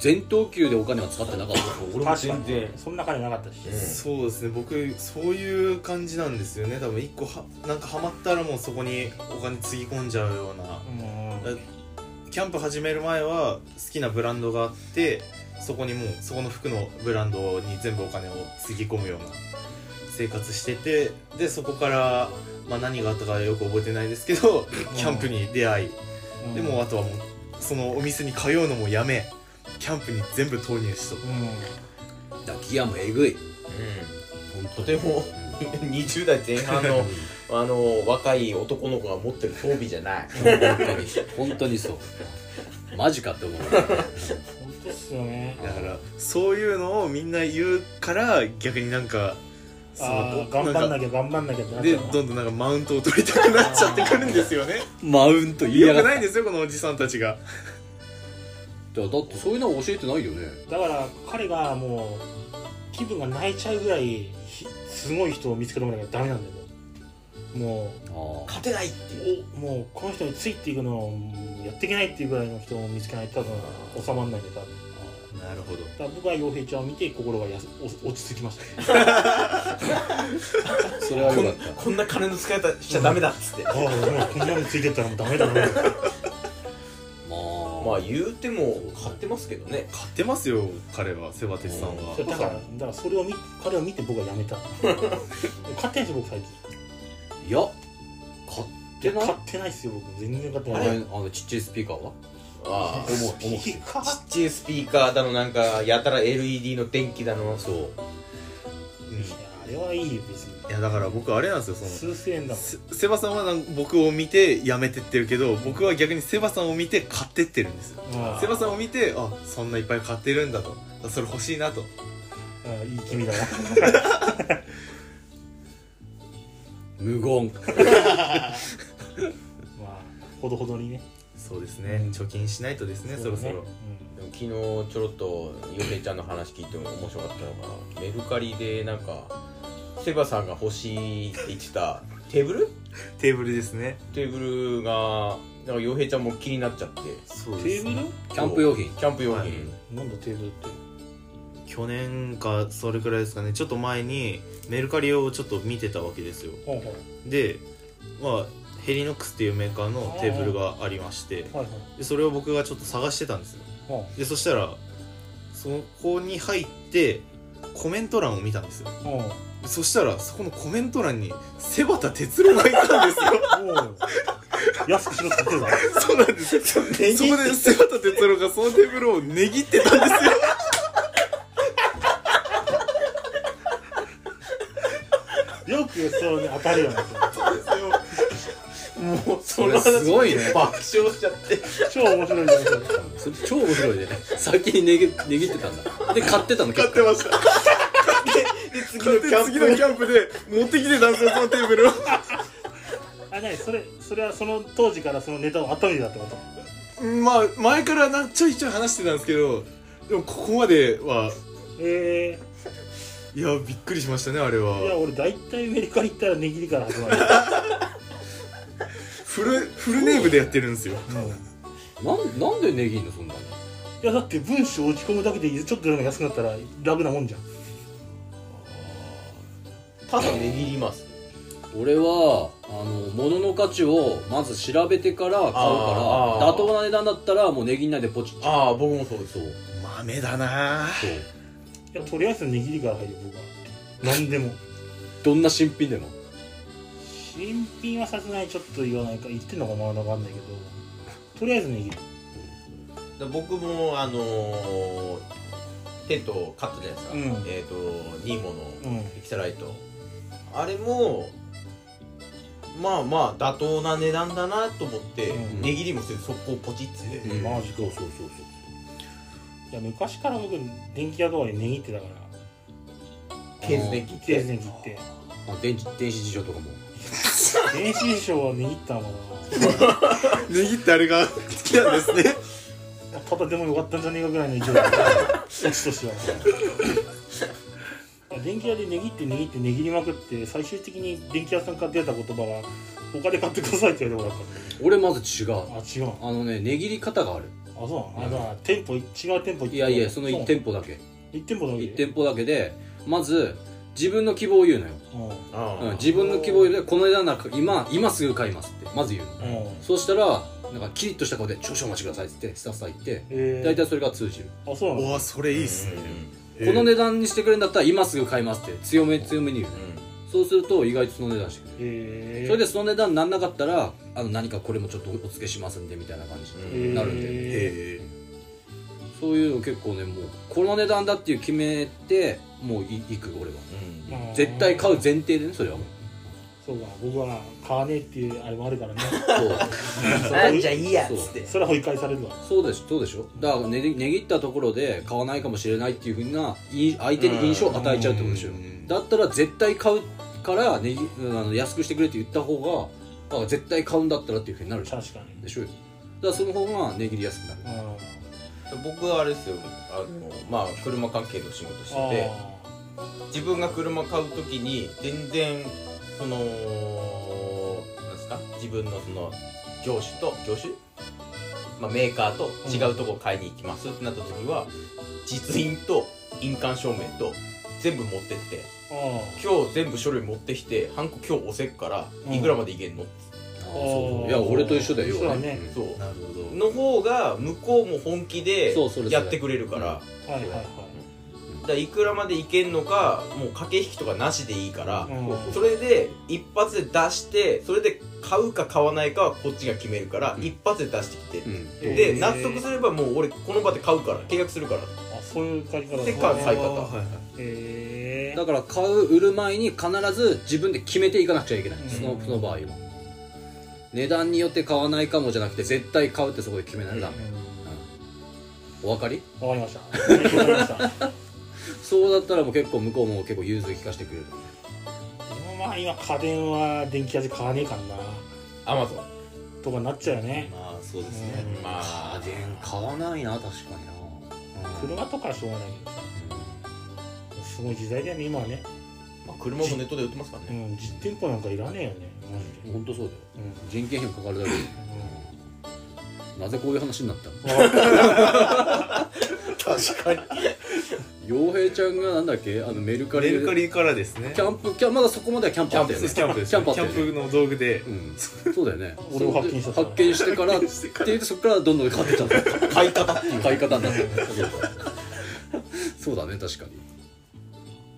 全等級でお金は使ってなかった
俺も全然
そんな金なかったし、
うん
そうですね僕そういう感じなんですよね多分一個はなんかハマったらもうそこにお金つぎ込んじゃうような
うん
キャンプ始める前は好きなブランドがあってそこにもうそこの服のブランドに全部お金をつぎ込むような生活しててでそこから、まあ、何があったかよく覚えてないですけどキャンプに出会いでもあとはもうそのお店に通うのもやめキャンプに全部投入しと
うん、
だからギアもえぐい本
とても 20代前半 のあの若い男の子が持ってる装備じゃない
本当に本当にそうマジかって思う
本当っすよね
だからそういうのをみんな言うから逆になんかそ
あ
の
あ頑張んな
き
きゃ頑張んなきゃってなっち
で
ゃうな
どんどんなんかマウントを取りたくなっちゃってくるんですよね
マウント言い
よ
や
く
が
ない
っ
んですよこのおじさんたちが
ただってそういうのは教えてないよね
だから彼がもう気分が泣いちゃうぐらいひすごい人を見つけるまでがダメなんだよもうも
ああ
勝てないっていう
うもうこの人についていくのをやっていけないっていうぐらいの人を見つけないと多分収まんないんで多分
なるほど
だから僕は洋平ちゃんを見て心がやすお落ち着きましたね
それはよかっ
こんな金の使い方しちゃダメだっつって
ああもうこんなのついてったらもうダメだな
たまあ
まあ言うても買ってますけどね
買ってますよ彼はセバテスさんは
だからだからそれを見彼を見て僕はやめた買ってないですよ僕最近
いや買ってない
買ってないですよ僕全然買って
あ
な
れあ
い
のちっちゃいスピーカーは
ああ
重い重い
ピカ
ちっちゃいスピーカーだのなんかやたら LED の電気だの
そう
うん
いやあれはいいよ別に
いやだから僕あれなんですよその
数千円だもん
セセバさんはなんか僕を見てやめてってるけど僕は逆にセバさんを見て買ってってるんですよ
あ
セバさんを見てあそんないっぱい買ってるんだとあそれ欲しいなと
あいい君だな
無言
まあほどほどにね
そうですね、
うん
貯金しないとですねそろそろ
でも昨日ちょろっとゆうへいちゃんの話聞いても面白かったのがメルカリでなんかセバさんが欲しいって言ってたテーブル
テーブルですね
テーブルがなんか洋平ちゃんも気になっちゃって
そ
うん
う
テ
で
ー
す
ブル
キャンプ用品
キャンプ用品、
はい
なんだテーブルって
去年かそれくらいですかねちょっと前にメルカリをちょっと見てたわけですよ
はいはい
でまあヘリノックスっていうメーカーのテーブルがありまして
はい
でそれを僕がちょっと探してたんですよ
はい
でそしたらそこに入ってコメント欄を見たんですよ
うんうん
そしたらそこのコメント欄に瀬端哲郎がいた んですよ
おう安くしろって言って
そうなんですよそこで瀬端哲郎がそのテーブルを値切ってたんですよ
たよくそうね当たるよね
もう
それすごいね
爆笑しちゃって
超面白いじゃないですか
それ超面白いね 先に値切値切ってたんだで買ってたの買ってました
で次
で次のキャンプで持ってきてたんですよそのテーブルを
あなにそれそれはその当時からそのネタを温めてたってこと
まあ前からなちょいちょい話してたんですけどでもここまでは
ええ
いやびっくりしましたねあれ
いや
は
俺大体メリカリ行ったら値切りから始まる、
フルフルネームでやってるんですよ
うん、い
なんなんで値切んのそんなに
やだって文章打ち込むだけでちょっとでも安くなったら楽なもんじゃん
ただ値切ります
俺はあの物の価値をまず調べてから買うか
あ
ら
ー
妥当な値段だったらもう値切んないでポチッと
ああ僕もそうです
そう
豆だなぁ
そう
いやとりあえず値切りから入るよ僕は何でも
どんな新品でも
新品はさすがにちょっと言わないか言ってんのかなわかんないけどとりあえず値切る
だから僕もあのー、テント買ったじゃないですか、
うん
えっ、とニーモの
うん
エキサライトあれもまあまあ妥当な値段だなと思って、
うん
値切りもせず速攻ポチッて、
うん
マジか
そうそうそう
いや昔から僕電気屋とかで値切ってたから
ケースで切って
ケース値切って
そうあ電池電子辞書とかも
電子辞書は値切ったのか
値切ってあれが好きなんですね
なただでもよかったんじゃねえかぐらいの勢いだったうちとしてはいや電気屋で値切って値切って値切りまくって最終的に電気屋さんから出た言葉は「他で買ってください」って言われたこ
俺まず違う
とあったあ違う
あのね値切り方がある
あそうなのあだから店舗違う店舗行って
いやいやその1
店
店舗だけ
一店舗だけ
1店舗だけでまず自分の希望を言うのよ、
うん
ああ
うん、自分の希望を言うでこの値段なら今今すぐ買いますってまず言うの
うん
そうしたらなんかキリッとした顔で少々お待ちくださいっつってスタッフさん言って
えー
大体それが通じる
あそうなの
わそれいいっすね、えー
この値段にしてくれるんだったら今すぐ買いますって強めに強めに言う
うんうん
そうすると意外とその値段してくれる
えー
それでその値段になんなかったらあの何かこれもちょっとお付けしますんでみたいな感じ
うん
になるんで
え
え
そういうの結構ねもうこの値段だっていう決めてもういいく俺は
うん
ーあー
絶対買う前提でねそれはもう
そうか僕は買わねえっていうあれもあるからね
そう
それ
なんじゃいいやっつって
それは追い返されるわ
そうでしょうでしょだからね値切ったところで買わないかもしれないっていうふうない相手に印象を与えちゃうってことでしょ
うん
だったら絶対買うから、ね、あの安くしてくれって言った方があ絶対買うんだったらっていうふうになるでしょ
確かに
でしょだからその方が値切りやすくなる
うん
僕はあれですよあのまあ車関係の仕事して
あ
て自分が車買うときに全然そのなんですか自分のその業種と業種、まあ、メーカーと違うとこ買いに行きますってなったときは、実印と印鑑証明と全部持ってって
ーあ
今日全部書類持ってきてハンコ今日押せっから
うん
いくらまでいけんの、
あーそうそういや俺と一緒だよ
そうだね
うん
そう
ーなるほど
の方が向こうも本気で
そうそれそれ
やってくれるから
ーはいはいはい
だからいくらまでいけんのかもう駆け引きとかなしでいいから、
うん
それで一発で出してそれで買うか買わないかはこっちが決めるから、
うん
一発で出してきて、
うん
えー
で納得すればもう俺この場で買うから契約するから
あそういう借り方
で買う買い方
はいはい
え
だから買う売る前に必ず自分で決めていかなくちゃいけない、
うん
そのその場合は値段によって買わないかもじゃなくて絶対買うってそこで決めないとダメ、お分かり
わかりましたわかりました
そうだったらもう結構向こうも結構融通聞かせてくれる
でもまあ今家電は電気屋で買わねえからな
アマゾン
とかなっちゃうよね
まあそうですね、
うん
まあ家電買わないな確かにな、うん
車とかはしょうがないけどさすごい時代だよね今はね、
まあ、車もネットで売ってますから
う
ね、
ん、実店舗なんかいらねえよねマ
うん本
ジ
当そうだよ
で、う
人
ん
件費もかかるだけで、うんなぜこういう話になったの
確かに
洋平ちゃんがなんだっけあのメルカリ
メ
で
ルカリからですね
キャンプキャンまだそこまではキャンプあったよね
キャンプです
キャンプあっ
キ
たよね
ャンプの道具で
うん、そうだよね
俺も発見した
それで発見してからって
発見してから
言ってそこからどんどん買ってたんだ買い方っていう買い方になってるそうだね確かに、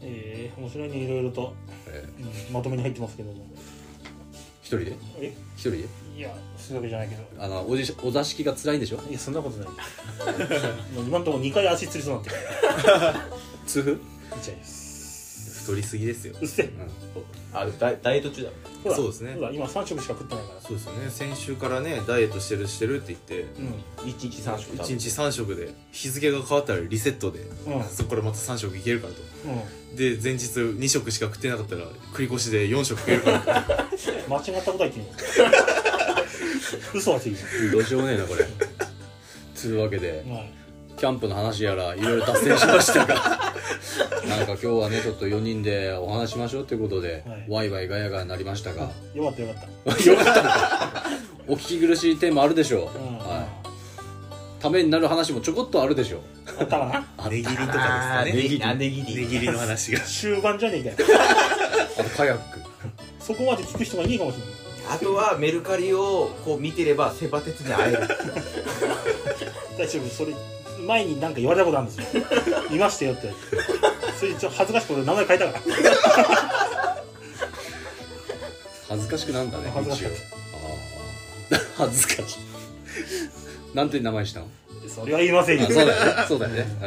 えー面白いねいろいろと、
えー
うんまとめに入ってますけども
一人で
え
一人で
いやそういうわけじゃないけど
あのおじお座敷が辛いんでしょ
いやそんなこ とないもう今のところ2回足つりそうになってる
痛風、うん、
痛いです
太りすぎですよ
うっせえ
あれダイダイエット中だ
ほら
そうですね
ほら今3食しか食ってないから
そうですよね先週からねダイエットしてるしてるって言って
う
1日3食
1
食べ
日3食で日付が変わったらリセットで
んうん
そこからまた3食いけるからと
う
で前日2食しか食ってなかったら繰り越しで4食食えるから
ん間違ったことは言ってんの嘘はついて
どうしようもねえなこれつうわけで
ないはい
キャンプの話やらいろいろ達成しましたがなんか今日はねちょっと4人でお話しましょうということで、
はい
ワイワイガヤガヤになりましたが
よかったよかっ
よかったのかお聞き苦しいテーマあるでしょう、
たうん、
はいためになる話もちょこっとあるでしょう
あったかな
値切りとか
あ
ですかね
ーあネギ
値切りの話が
終盤じゃねえかよ
あとカヤック
そこまで聞く人がいいかもしれない
あとはメルカリをこう見てればセバ鉄に会える
大丈夫それ前になんか言われたことあるん ですよいましたよってそれちょっと恥ずかしくて俺名前変えたから
恥ずかしくなんだね
恥ずかし
一
い
応 あー恥ずかしいなんて名前したの
それは言いません
あ
よ
そうだよねそうだよね、う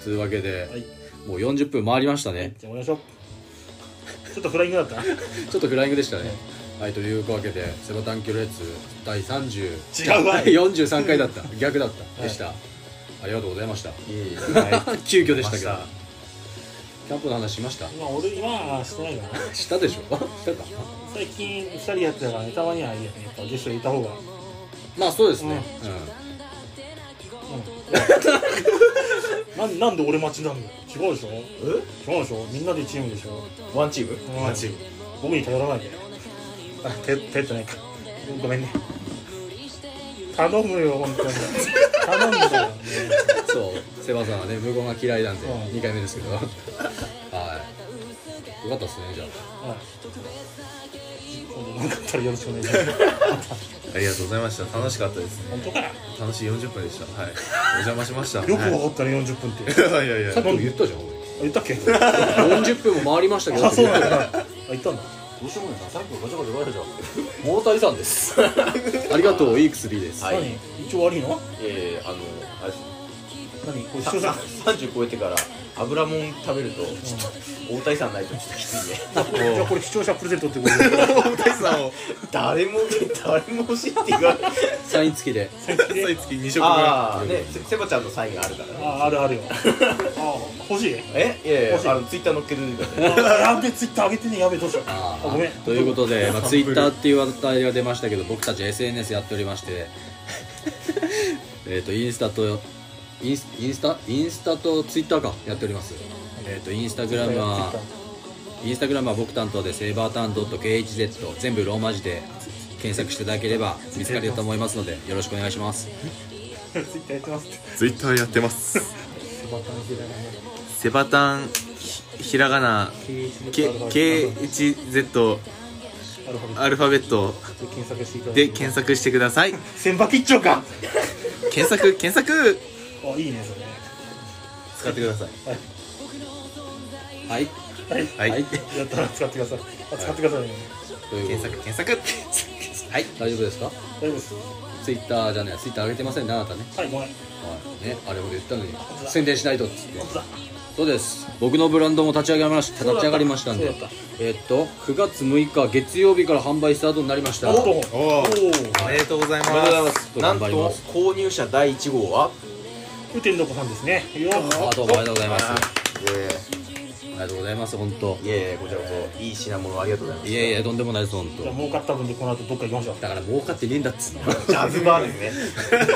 ん、というわけで、
はい
もう40分回りましたね
じゃあお願いしようちょっとフライングだったな
ちょっとフライングでしたねはいというわけで「セバタンキロレッツ」第30
違うわい
43回だった逆だったでした、ありがとうございました 急遽でしたけどキャンプの話しました
今俺今はしてないからな
したでしょしたか
最近2人やってたからねたまにはいいよねやっぱゲストい た方が
まあそうですね、うん
なんなんで俺待ちなんだよ違うでしょ違うでしょみんなでチームでしょ
ワンチーム
マ
チーム
僕に頼らないであ手手ってないかごめんね頼むよ本当に頼むよ
そう、セバさんはね、無言が嫌いなんで、
うん
2回目ですけど。はい。よかったですね、じゃ
何かあったらよろしくお願いします。
ありがとうございました楽しかったですね
本当かよ
楽しい40分でしたはいお邪魔しました
く分かったね、40分って。あ
はいいやいや
あ。
い
さ
や
っきも言ったじゃん、
言ったっけ
俺。40分も回りましたけど。
あ、そうな
っ
ん
て言っ
だ。あ、言ったんだ。
どうしようもないさっきガチャガチャ言われじゃん
たよモータリさんです。ありがとう、いい薬です。
はい
何一応悪いの
ええあのあれです
何これ、視
さ
聴者
さ30超えてから油もん食べるとちょっと大谷さんないとちょっときついね
じゃあこれ視聴者プレゼントってことで。
大谷さんを
誰も誰も欲しいって言わない
サイン付きで。
そいつき2食分
ああねセセバちゃんのサインがあるからね
あ、あるあるよ。あ、欲しい
えいやい
欲しい
やあのツイッター乗っけるんだ
あ
ね
やべえ、ツイッター上げてねえ。やべえ、どうしよう。あ
あ、
ごめん。
ということで、まあ、ツイッターっていう話題が出ましたけど、僕たち SNS やっておりま して、えっと、インスタと、インスインスタインスタとツイッターか、やっております。えっ、と、インスタグラムは、インスタグラムは僕担当でセーバータン .khz 全部ローマ字で検索していただければ見つかると思いますのでよろしくお願いします
ツイッターやってますっ て。
ツイッターやってますセバタンひひらがな K- KHZ
アルファベッ
アルファベット
トで検索していただいて
で検索してください
千葉吉兆か
検索検索
あ、いいね、それ。
使ってください
はい
はい。
はい、
やったら使ってください。あ、使ってくださいね。
という
検
ことで
索検索
はい大丈夫ですか
大丈夫です。
ツイッターじゃねツイッター上げてませんねあなたね,、
はい、ごめん。
はい、ねあれほど言ったのに宣伝しないとっつって
本当だ。
そうです僕のブランドも立ち上がりました立ち上がりましたんで
そうだった
えっと9月6日月曜日から販売スタートになりました
おお
お
お
お
ー
おめでとうございます
おめでとうございま
ちょ
す
っと
な
頑
んと
張ります
購入者第1号は
雨天の子さんですねよ
あどうもありがとうございます
え
りがとうございます本当
いえいえこちらこそいい品物ありがとうございます
いやいやとんでもないです本
じゃ
当
あ儲かった分でこの後どっか行きましょう
だから儲かってねえんだっつうの
ジャズバーですね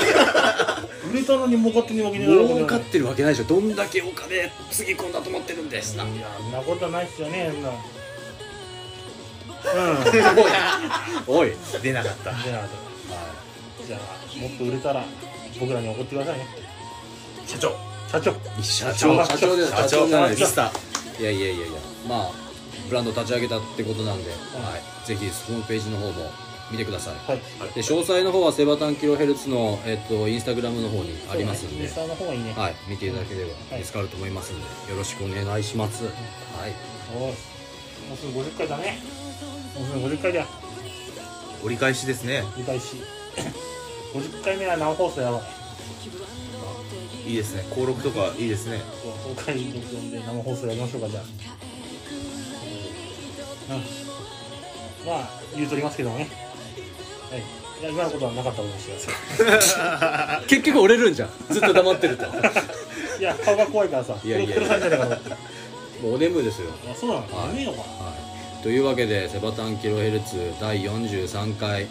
売れたのに儲かってねえわけねえだろ
儲かっ
こ
てるわけないでしょどんだけお金つぎ込んだと思ってるんです
れ
な
ないやそんなことはないっすよねそんなうん
おい
出なかった
じゃあじゃあもっと売れたら僕らに怒ってくださいね
社長
社長
社長社長で
社
社
長
長じゃないで
ミ
す
スタ
いやいやいやいやまあブランド立ち上げたってことなんで、はい、ぜひホームページの方も見てください、
はい
で詳細の方はセバタンキロヘルツの、えっと、インスタグラムの方にありますん
イ
で、
ンスタの方がいいね
はい、見ていただければ
はい
見つかると思いますんで、よろしくお願いします、はい、
おいもうすぐ50回だねもうすぐ50回だよ
ー折り返しですね
理解し 50回目は生放送やばい
いいですね登録とかいいですね
そう東海録音で生放送やりましょうかじゃあ、うん、まあ言うとりますけどもねはいいや今のことはなかったことにしてくださ
結局折れるんじゃんずっと黙ってると も
いいや顔が怖いからさ
いやいやいや
黒さんじゃないかなと思っ
うお眠ですよ
たあそうなの
はい
やめえのか
はい、というわけで「セバタンキロヘルツ」第43回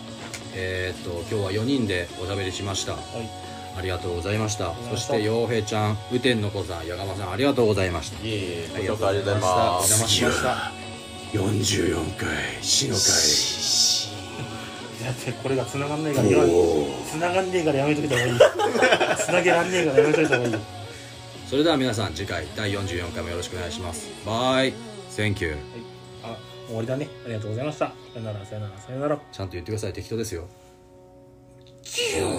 えーっと今日は4人でおしゃべりしました
なはい
ありがとうございました
りがとう
そ
ございま
し
した
て陽平ちゃん雨天の子さん矢釜さんありがとうございました
いえいえこちらこそありがとうございます
お邪魔しました
44回死の回
だってこれが繋がんねえからやめ繋がんねえからやめといた方がいい繋げらんねえからやめといた方がいい
それでは皆さん次回第44回もよろしくお願いしますバイセンキュー
あ終わりだねありがとうございましたさよならさよならさよなら
ちゃんと言ってください適当ですよ
おー